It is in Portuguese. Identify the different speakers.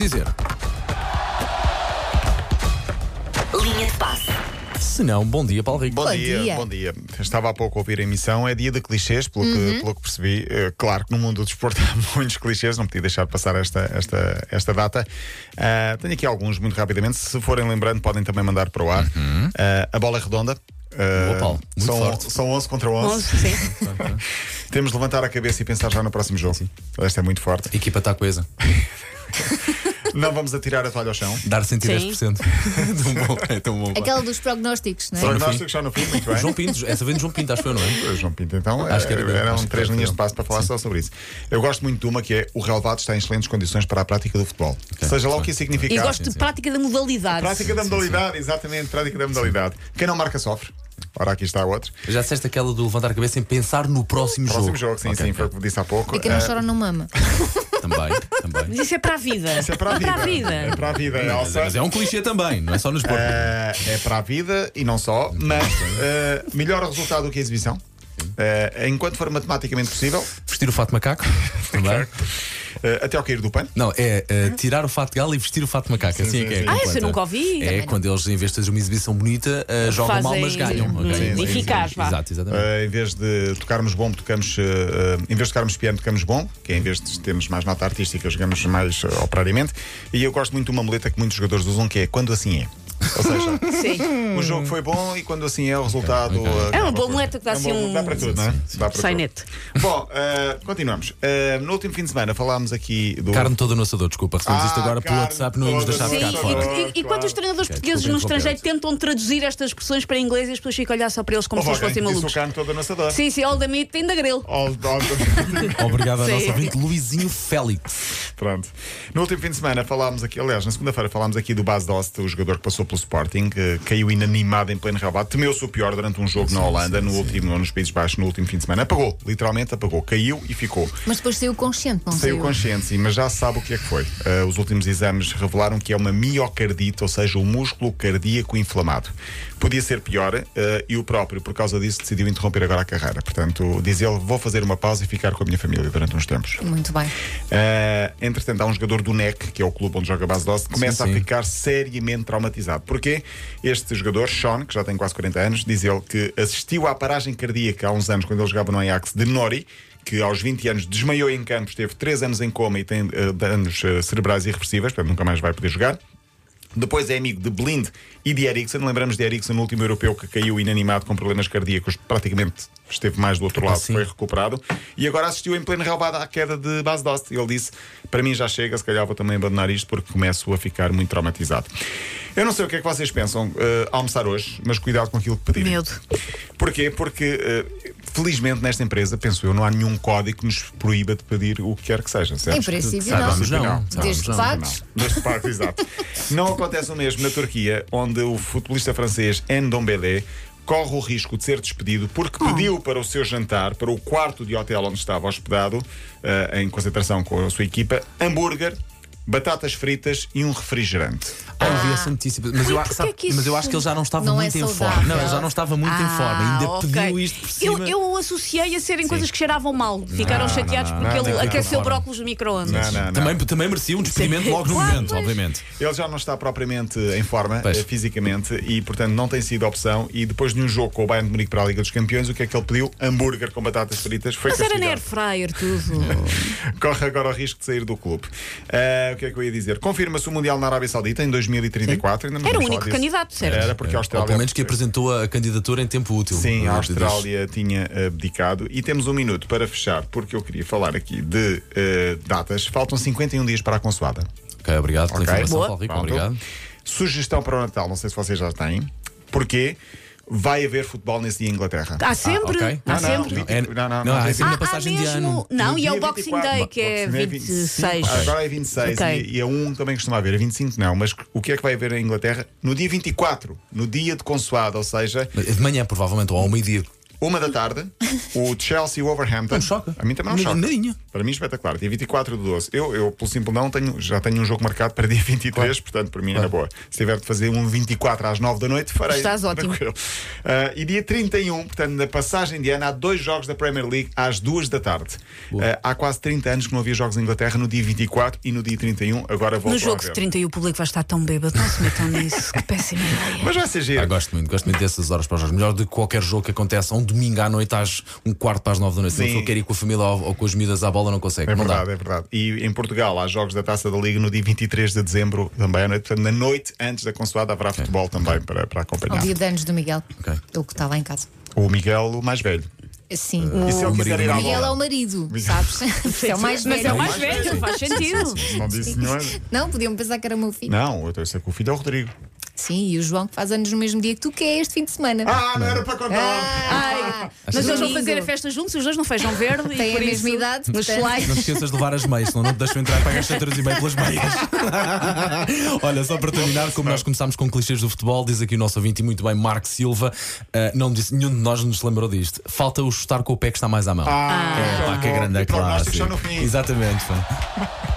Speaker 1: dizer.
Speaker 2: Linha de passe.
Speaker 1: Se não, bom dia, Paulo Rico.
Speaker 3: Bom,
Speaker 4: Bom
Speaker 3: dia,
Speaker 4: dia.
Speaker 3: bom dia. Estava há pouco a ouvir a emissão, é dia de clichês, pelo,
Speaker 4: Uhum.
Speaker 3: que, pelo que percebi. Eh, claro que no mundo do desporto há muitos clichês, não podia deixar de passar esta, esta, esta data. Ah, tenho aqui alguns muito rapidamente. Se forem lembrando, podem também mandar para o ar. Ah, a bola é redonda. Ah,
Speaker 1: Uhum. Boa, Paulo. Muito
Speaker 3: são,
Speaker 1: forte.
Speaker 3: são 11 contra 11.
Speaker 4: 11, sim.
Speaker 3: Temos de levantar a cabeça e pensar já no próximo jogo. Esta é muito forte.
Speaker 1: A equipa está coesa.
Speaker 3: Não vamos atirar a toalha ao chão.
Speaker 1: Dar 110%. é tão bom, é tão bom. pá.
Speaker 4: Aquela dos prognósticos, não é?
Speaker 3: Prognósticos já no fim, muito bem.
Speaker 1: João Pinto, essa vem de João Pinto, acho que eu, não é?
Speaker 3: Pois, João Pinto, então
Speaker 1: Acho que era
Speaker 3: eh,
Speaker 1: dele,
Speaker 3: eram
Speaker 1: acho que
Speaker 3: três
Speaker 1: era
Speaker 3: linhas
Speaker 1: dele.
Speaker 3: de passo para falar só sobre isso. Eu gosto muito de uma que é o relevado está em excelentes condições para a prática do futebol. Seja lá o que isso significar.
Speaker 4: Eu gosto de prática da modalidade.
Speaker 3: Prática da modalidade, exatamente, prática da modalidade. Quem não marca sofre. Ora, aqui está outro.
Speaker 1: Já disseste aquela do levantar a cabeça em pensar no próximo,
Speaker 3: Próximo
Speaker 1: jogo.
Speaker 3: jogo, sim,
Speaker 1: Ok,
Speaker 3: sim, foi
Speaker 1: ok.
Speaker 3: o que me disse há pouco.
Speaker 5: É
Speaker 4: E que não
Speaker 3: Eh,
Speaker 4: chora, não mama.
Speaker 1: Também, também.
Speaker 4: Mas isso é para a vida.
Speaker 3: isso é para a vida. É para a vida,
Speaker 1: Mas,
Speaker 3: Elsa.
Speaker 1: mas é um clichê também, não é só nos esporte.
Speaker 3: Eh, é para a vida e não só, mas eh, melhor resultado do que a exibição. Eh, enquanto for matematicamente possível,
Speaker 1: Vestir o fato de macaco. Também.
Speaker 3: eh, até ao cair do pano.
Speaker 1: Não, é eh, tirar o fato de galo e vestir o fato de macaco. assim é
Speaker 3: sim,
Speaker 1: que
Speaker 3: sim.
Speaker 1: é.
Speaker 3: Ah,
Speaker 1: que
Speaker 3: essa
Speaker 4: eu
Speaker 1: conta.
Speaker 4: nunca ouvi.
Speaker 1: É
Speaker 4: Também
Speaker 1: quando eles, em vez de fazer uma exibição bonita, eh, jogam mal, mas
Speaker 4: Fazem-
Speaker 1: ganham. ok? é Sim,
Speaker 4: Hum,
Speaker 1: sim,
Speaker 4: eficaz,
Speaker 1: sim.
Speaker 4: vá.
Speaker 1: Exato, exatamente.
Speaker 3: Uh, em vez de tocarmos bom, tocamos. uh, uh, em vez de tocarmos piano, tocamos bom, que é em vez de termos mais nota artística, jogamos mais uh, operariamente. E eu gosto muito de uma muleta que muitos jogadores usam, que é quando assim é. Ou seja,
Speaker 4: Sim.
Speaker 3: o jogo foi bom e quando assim é, o resultado.
Speaker 1: ok.
Speaker 3: uh,
Speaker 4: É uma
Speaker 3: acaba
Speaker 4: boa
Speaker 3: por-
Speaker 4: muleta que dá
Speaker 3: É uma
Speaker 4: assim
Speaker 3: boa-
Speaker 4: um-
Speaker 3: Dá para tudo, não é? Dá para
Speaker 4: sainete.
Speaker 3: tudo. Bom, uh, continuamos. Uh, no último fim de semana falámos aqui do.
Speaker 1: Carne toda no assador, desculpa. Recebemos
Speaker 3: Ah,
Speaker 1: isto agora pelo
Speaker 3: carne
Speaker 1: WhatsApp, não íamos
Speaker 3: toda
Speaker 1: deixar
Speaker 3: no
Speaker 1: ficar
Speaker 3: assador.
Speaker 1: fora.
Speaker 3: Claro,
Speaker 4: E, e, e
Speaker 3: claro.
Speaker 4: quando os treinadores
Speaker 1: Ok,
Speaker 4: portugueses
Speaker 1: desculpa
Speaker 4: no
Speaker 1: interromper.
Speaker 4: estrangeiro tentam traduzir estas expressões para inglês e as pessoas ficam a olhar só para eles como
Speaker 3: Houve
Speaker 4: se eles
Speaker 3: alguém que
Speaker 4: fossem
Speaker 3: disse
Speaker 4: assim
Speaker 3: é
Speaker 4: malucos.
Speaker 3: o carne toda no assador.
Speaker 4: Sim, sim, all the meat ainda grelo.
Speaker 3: All- all-
Speaker 1: Obrigado ao
Speaker 4: Sim.
Speaker 1: nosso ouvinte Luizinho Félix.
Speaker 3: Pronto. No último fim de semana falámos aqui, aliás, na segunda-feira falámos aqui do Bas Dost, o jogador que passou pelo Sporting, que caiu inanimado em pleno relvado, temeu-se o pior durante um jogo na Holanda, no último, nos Países Baixos, no último fim de semana. Apagou, literalmente apagou, caiu e ficou.
Speaker 4: Mas depois saiu consciente, não
Speaker 3: Saiu consciente, sim, mas já se sabe o que é que foi. Ah, os últimos exames revelaram que é uma miocardite, ou seja, um músculo cardíaco inflamado. Podia ser pior ah, e o próprio, por causa disso, decidiu interromper agora a carreira. Portanto, diz ele: vou fazer uma pausa e ficar com a minha família durante uns tempos.
Speaker 4: Muito bem.
Speaker 3: Uh, entretanto, há um jogador do NEC, que é o clube onde joga a base doce, que começa
Speaker 1: sim.
Speaker 3: a ficar seriamente traumatizado. Porque este jogador, Sean, que já tem quase 40 anos, diz ele que assistiu à paragem cardíaca há uns anos, quando ele jogava no Ajax, de Nori, que aos 20 anos desmaiou em campo, esteve 3 anos em coma e tem uh, danos uh, cerebrais irreversíveis, portanto nunca mais vai poder jogar. Depois é amigo de Blind e de Eriksen. Lembramos de Eriksen no último europeu que caiu inanimado com problemas cardíacos. Praticamente esteve mais do outro lado,
Speaker 1: Sim.
Speaker 3: foi recuperado. E agora assistiu em pleno relvado à queda de Bas Dost. Ele disse: Para mim já chega, se calhar vou também abandonar isto porque começo a ficar muito traumatizado. Eu não sei o que é que vocês pensam eh, almoçar hoje, mas cuidado com aquilo que pedirem.
Speaker 4: Medo.
Speaker 3: Porquê? Porque, eh, felizmente, nesta empresa, penso eu, não há nenhum código que nos proíba de pedir o que quer que seja. certo?
Speaker 4: Em princípio,
Speaker 1: Sabe,
Speaker 4: não.
Speaker 1: vamos não. Sabe,
Speaker 4: Desde
Speaker 1: vamos
Speaker 3: Não,
Speaker 4: pagos.
Speaker 3: deste parque, exato. Não acontece o mesmo na Turquia, onde o futebolista francês Ndombele corre o risco de ser despedido porque
Speaker 4: Ah.
Speaker 3: pediu para o seu jantar, para o quarto de hotel onde estava hospedado, eh, em concentração com a sua equipa, hambúrguer, batatas fritas e um refrigerante.
Speaker 1: Ah, eu vi essa notícia, mas, eu,
Speaker 4: porquê
Speaker 1: sabe-
Speaker 4: que isso
Speaker 1: mas eu acho que ele já não estava
Speaker 4: não é
Speaker 1: muito em
Speaker 4: saudável?
Speaker 1: forma. Não, ele já não estava muito em forma. Ainda
Speaker 4: Ah, ok.
Speaker 1: pediu isto por
Speaker 4: Eu-
Speaker 1: cima.
Speaker 4: Eu o associei a serem coisas que cheiravam mal. Ficaram
Speaker 3: não,
Speaker 4: chateados
Speaker 1: não,
Speaker 4: porque
Speaker 3: não,
Speaker 4: ele
Speaker 3: não, não,
Speaker 4: aqueceu
Speaker 1: não.
Speaker 4: brócolos no micro-ondas.
Speaker 3: Não, não, não.
Speaker 1: Também, também merecia um despedimento
Speaker 4: Sim.
Speaker 1: logo no
Speaker 4: Claro,
Speaker 1: momento,
Speaker 4: pois.
Speaker 1: obviamente.
Speaker 3: Ele já não está propriamente em forma
Speaker 1: Pois.
Speaker 3: eh, fisicamente e, portanto, não tem sido opção. E depois de um jogo com o Bayern de Munique para a Liga dos Campeões, o que é que ele pediu? Hambúrguer com batatas fritas. Foi
Speaker 4: Mas era
Speaker 3: castigado.
Speaker 4: Nair Fryer, tudo.
Speaker 3: corre agora o risco de sair do clube. Ah, o que é que eu ia dizer? Confirma-se o Mundial na Arábia Saudita em 2034. Ainda não
Speaker 4: Era o
Speaker 3: vamos
Speaker 4: único
Speaker 3: falar disso.
Speaker 4: candidato, certo?
Speaker 3: Era porque a
Speaker 1: Ou
Speaker 3: Austrália.
Speaker 1: É, pelo menos que apresentou a candidatura em tempo útil.
Speaker 3: Sim, a
Speaker 1: Eh,
Speaker 3: Austrália tinha abdicado. E temos um minuto para fechar, porque eu queria falar aqui de eh, datas. Faltam 51 dias para a consoada.
Speaker 1: diz- Ok, obrigado pela
Speaker 3: Ok.
Speaker 1: informação,
Speaker 3: Boa.
Speaker 1: Paulo Rico.
Speaker 3: Pronto.
Speaker 1: Obrigado.
Speaker 3: Sugestão para o Natal, não sei se vocês já têm. Porquê? Vai haver futebol nesse dia em Inglaterra.
Speaker 4: Há sempre.
Speaker 1: ok.
Speaker 4: Há
Speaker 3: Ah, Não, não,
Speaker 4: sempre.
Speaker 3: vi-
Speaker 1: É-
Speaker 3: Não, não,
Speaker 1: não,
Speaker 3: não,
Speaker 1: há
Speaker 3: tem
Speaker 1: sempre
Speaker 4: Ah,
Speaker 1: na
Speaker 4: há
Speaker 1: passagem de ano.
Speaker 4: mesmo. Não, e é o
Speaker 3: Dia
Speaker 4: Boxing
Speaker 3: 24.
Speaker 4: Day, que é
Speaker 3: Boxing Day 25.
Speaker 4: 26.
Speaker 3: Agora é 26
Speaker 4: Ok.
Speaker 3: e, e é um também costuma haver, é 25 não, mas o que é que vai haver em Inglaterra? No dia 24, no dia de consoado, ou seja,
Speaker 1: De manhã, provavelmente, ou ao meio-dia.
Speaker 3: uma da tarde, o Chelsea e o Wolverhampton.
Speaker 1: Não me choca.
Speaker 3: A mim também não me
Speaker 1: Nem-
Speaker 3: choca.
Speaker 1: nem.
Speaker 3: Pronto, Para mim, espetacular. Dia 24 de 12. Eu, eu pelo simples não, tenho, já tenho um jogo marcado para dia 23, portanto, para mim era boa. Se tiver de fazer um 24 às 9 da noite, farei.
Speaker 4: Estás ótimo.
Speaker 3: Tranquilo. Ah, e dia 31, portanto, na passagem de ano, há dois jogos da Premier League às 2 da tarde. Ah, há quase 30 anos que não havia jogos em Inglaterra, no dia 24 e no dia 31. Agora volto
Speaker 4: No
Speaker 3: a
Speaker 4: jogo de
Speaker 3: ver.
Speaker 4: 30 e o público vai estar tão bêbado. Não se metam nisso. Que péssima ideia.
Speaker 3: Mas vai ser giro.
Speaker 1: Ah, gosto muito, gosto muito dessas horas para os jogos. Melhor do que qualquer jogo que aconteça um domingo à noite às um quarto para as nove da noite. Se a
Speaker 3: Sim.
Speaker 1: pessoa quer ir com a família ou, ou com as miúdas à bola, não consegue.
Speaker 3: É
Speaker 1: não
Speaker 3: verdade,
Speaker 1: dá.
Speaker 3: é verdade. E em Portugal há jogos da Taça da Liga no dia 23 de dezembro também à noite. Portanto, na noite antes da consoada haverá futebol também para, para
Speaker 5: Ao
Speaker 3: acompanhar.
Speaker 5: dia de anos do Miguel,
Speaker 1: Ok.
Speaker 5: ele que está lá em casa.
Speaker 3: O Miguel, o mais velho.
Speaker 5: Sim.
Speaker 3: E se ele quiser
Speaker 1: marido
Speaker 3: ir
Speaker 1: do
Speaker 3: à
Speaker 5: Miguel é o
Speaker 3: bola?
Speaker 5: marido,
Speaker 3: Miguel.
Speaker 5: sabes? Esse é o mais
Speaker 4: Mas
Speaker 5: velho.
Speaker 4: é o mais velho, faz sentido.
Speaker 3: Não disse senhor.
Speaker 5: Não, podiam pensar que era o meu filho.
Speaker 3: Não, eu sei que o filho é o Rodrigo.
Speaker 5: Sim, e o João que faz anos no mesmo dia que tu, que é este fim de semana.
Speaker 3: Ah, não era para contar.
Speaker 5: Ah,
Speaker 4: Mas eles vão
Speaker 5: domingo.
Speaker 4: fazer a festa juntos, os dois não feijam verde.
Speaker 5: Têm
Speaker 4: e por
Speaker 5: a mesma
Speaker 4: isso,
Speaker 5: idade,
Speaker 4: Os
Speaker 5: portanto.
Speaker 1: Não te
Speaker 4: slides.
Speaker 1: esqueças de levar as meias, senão não te deixam entrar e pagas 7 euros e meio pelas meias. Olha, só para terminar, como nós começámos com clichês do futebol, diz aqui o nosso ouvinte e muito bem, Marco Silva, ah, não disse, nenhum de nós nos lembrou disto. Falta o chutar com o pé que está mais à mão.
Speaker 3: Ah,
Speaker 1: é, pá, que grande
Speaker 3: o
Speaker 1: classe.
Speaker 3: prognóstico só no fim.
Speaker 1: Exatamente. pá.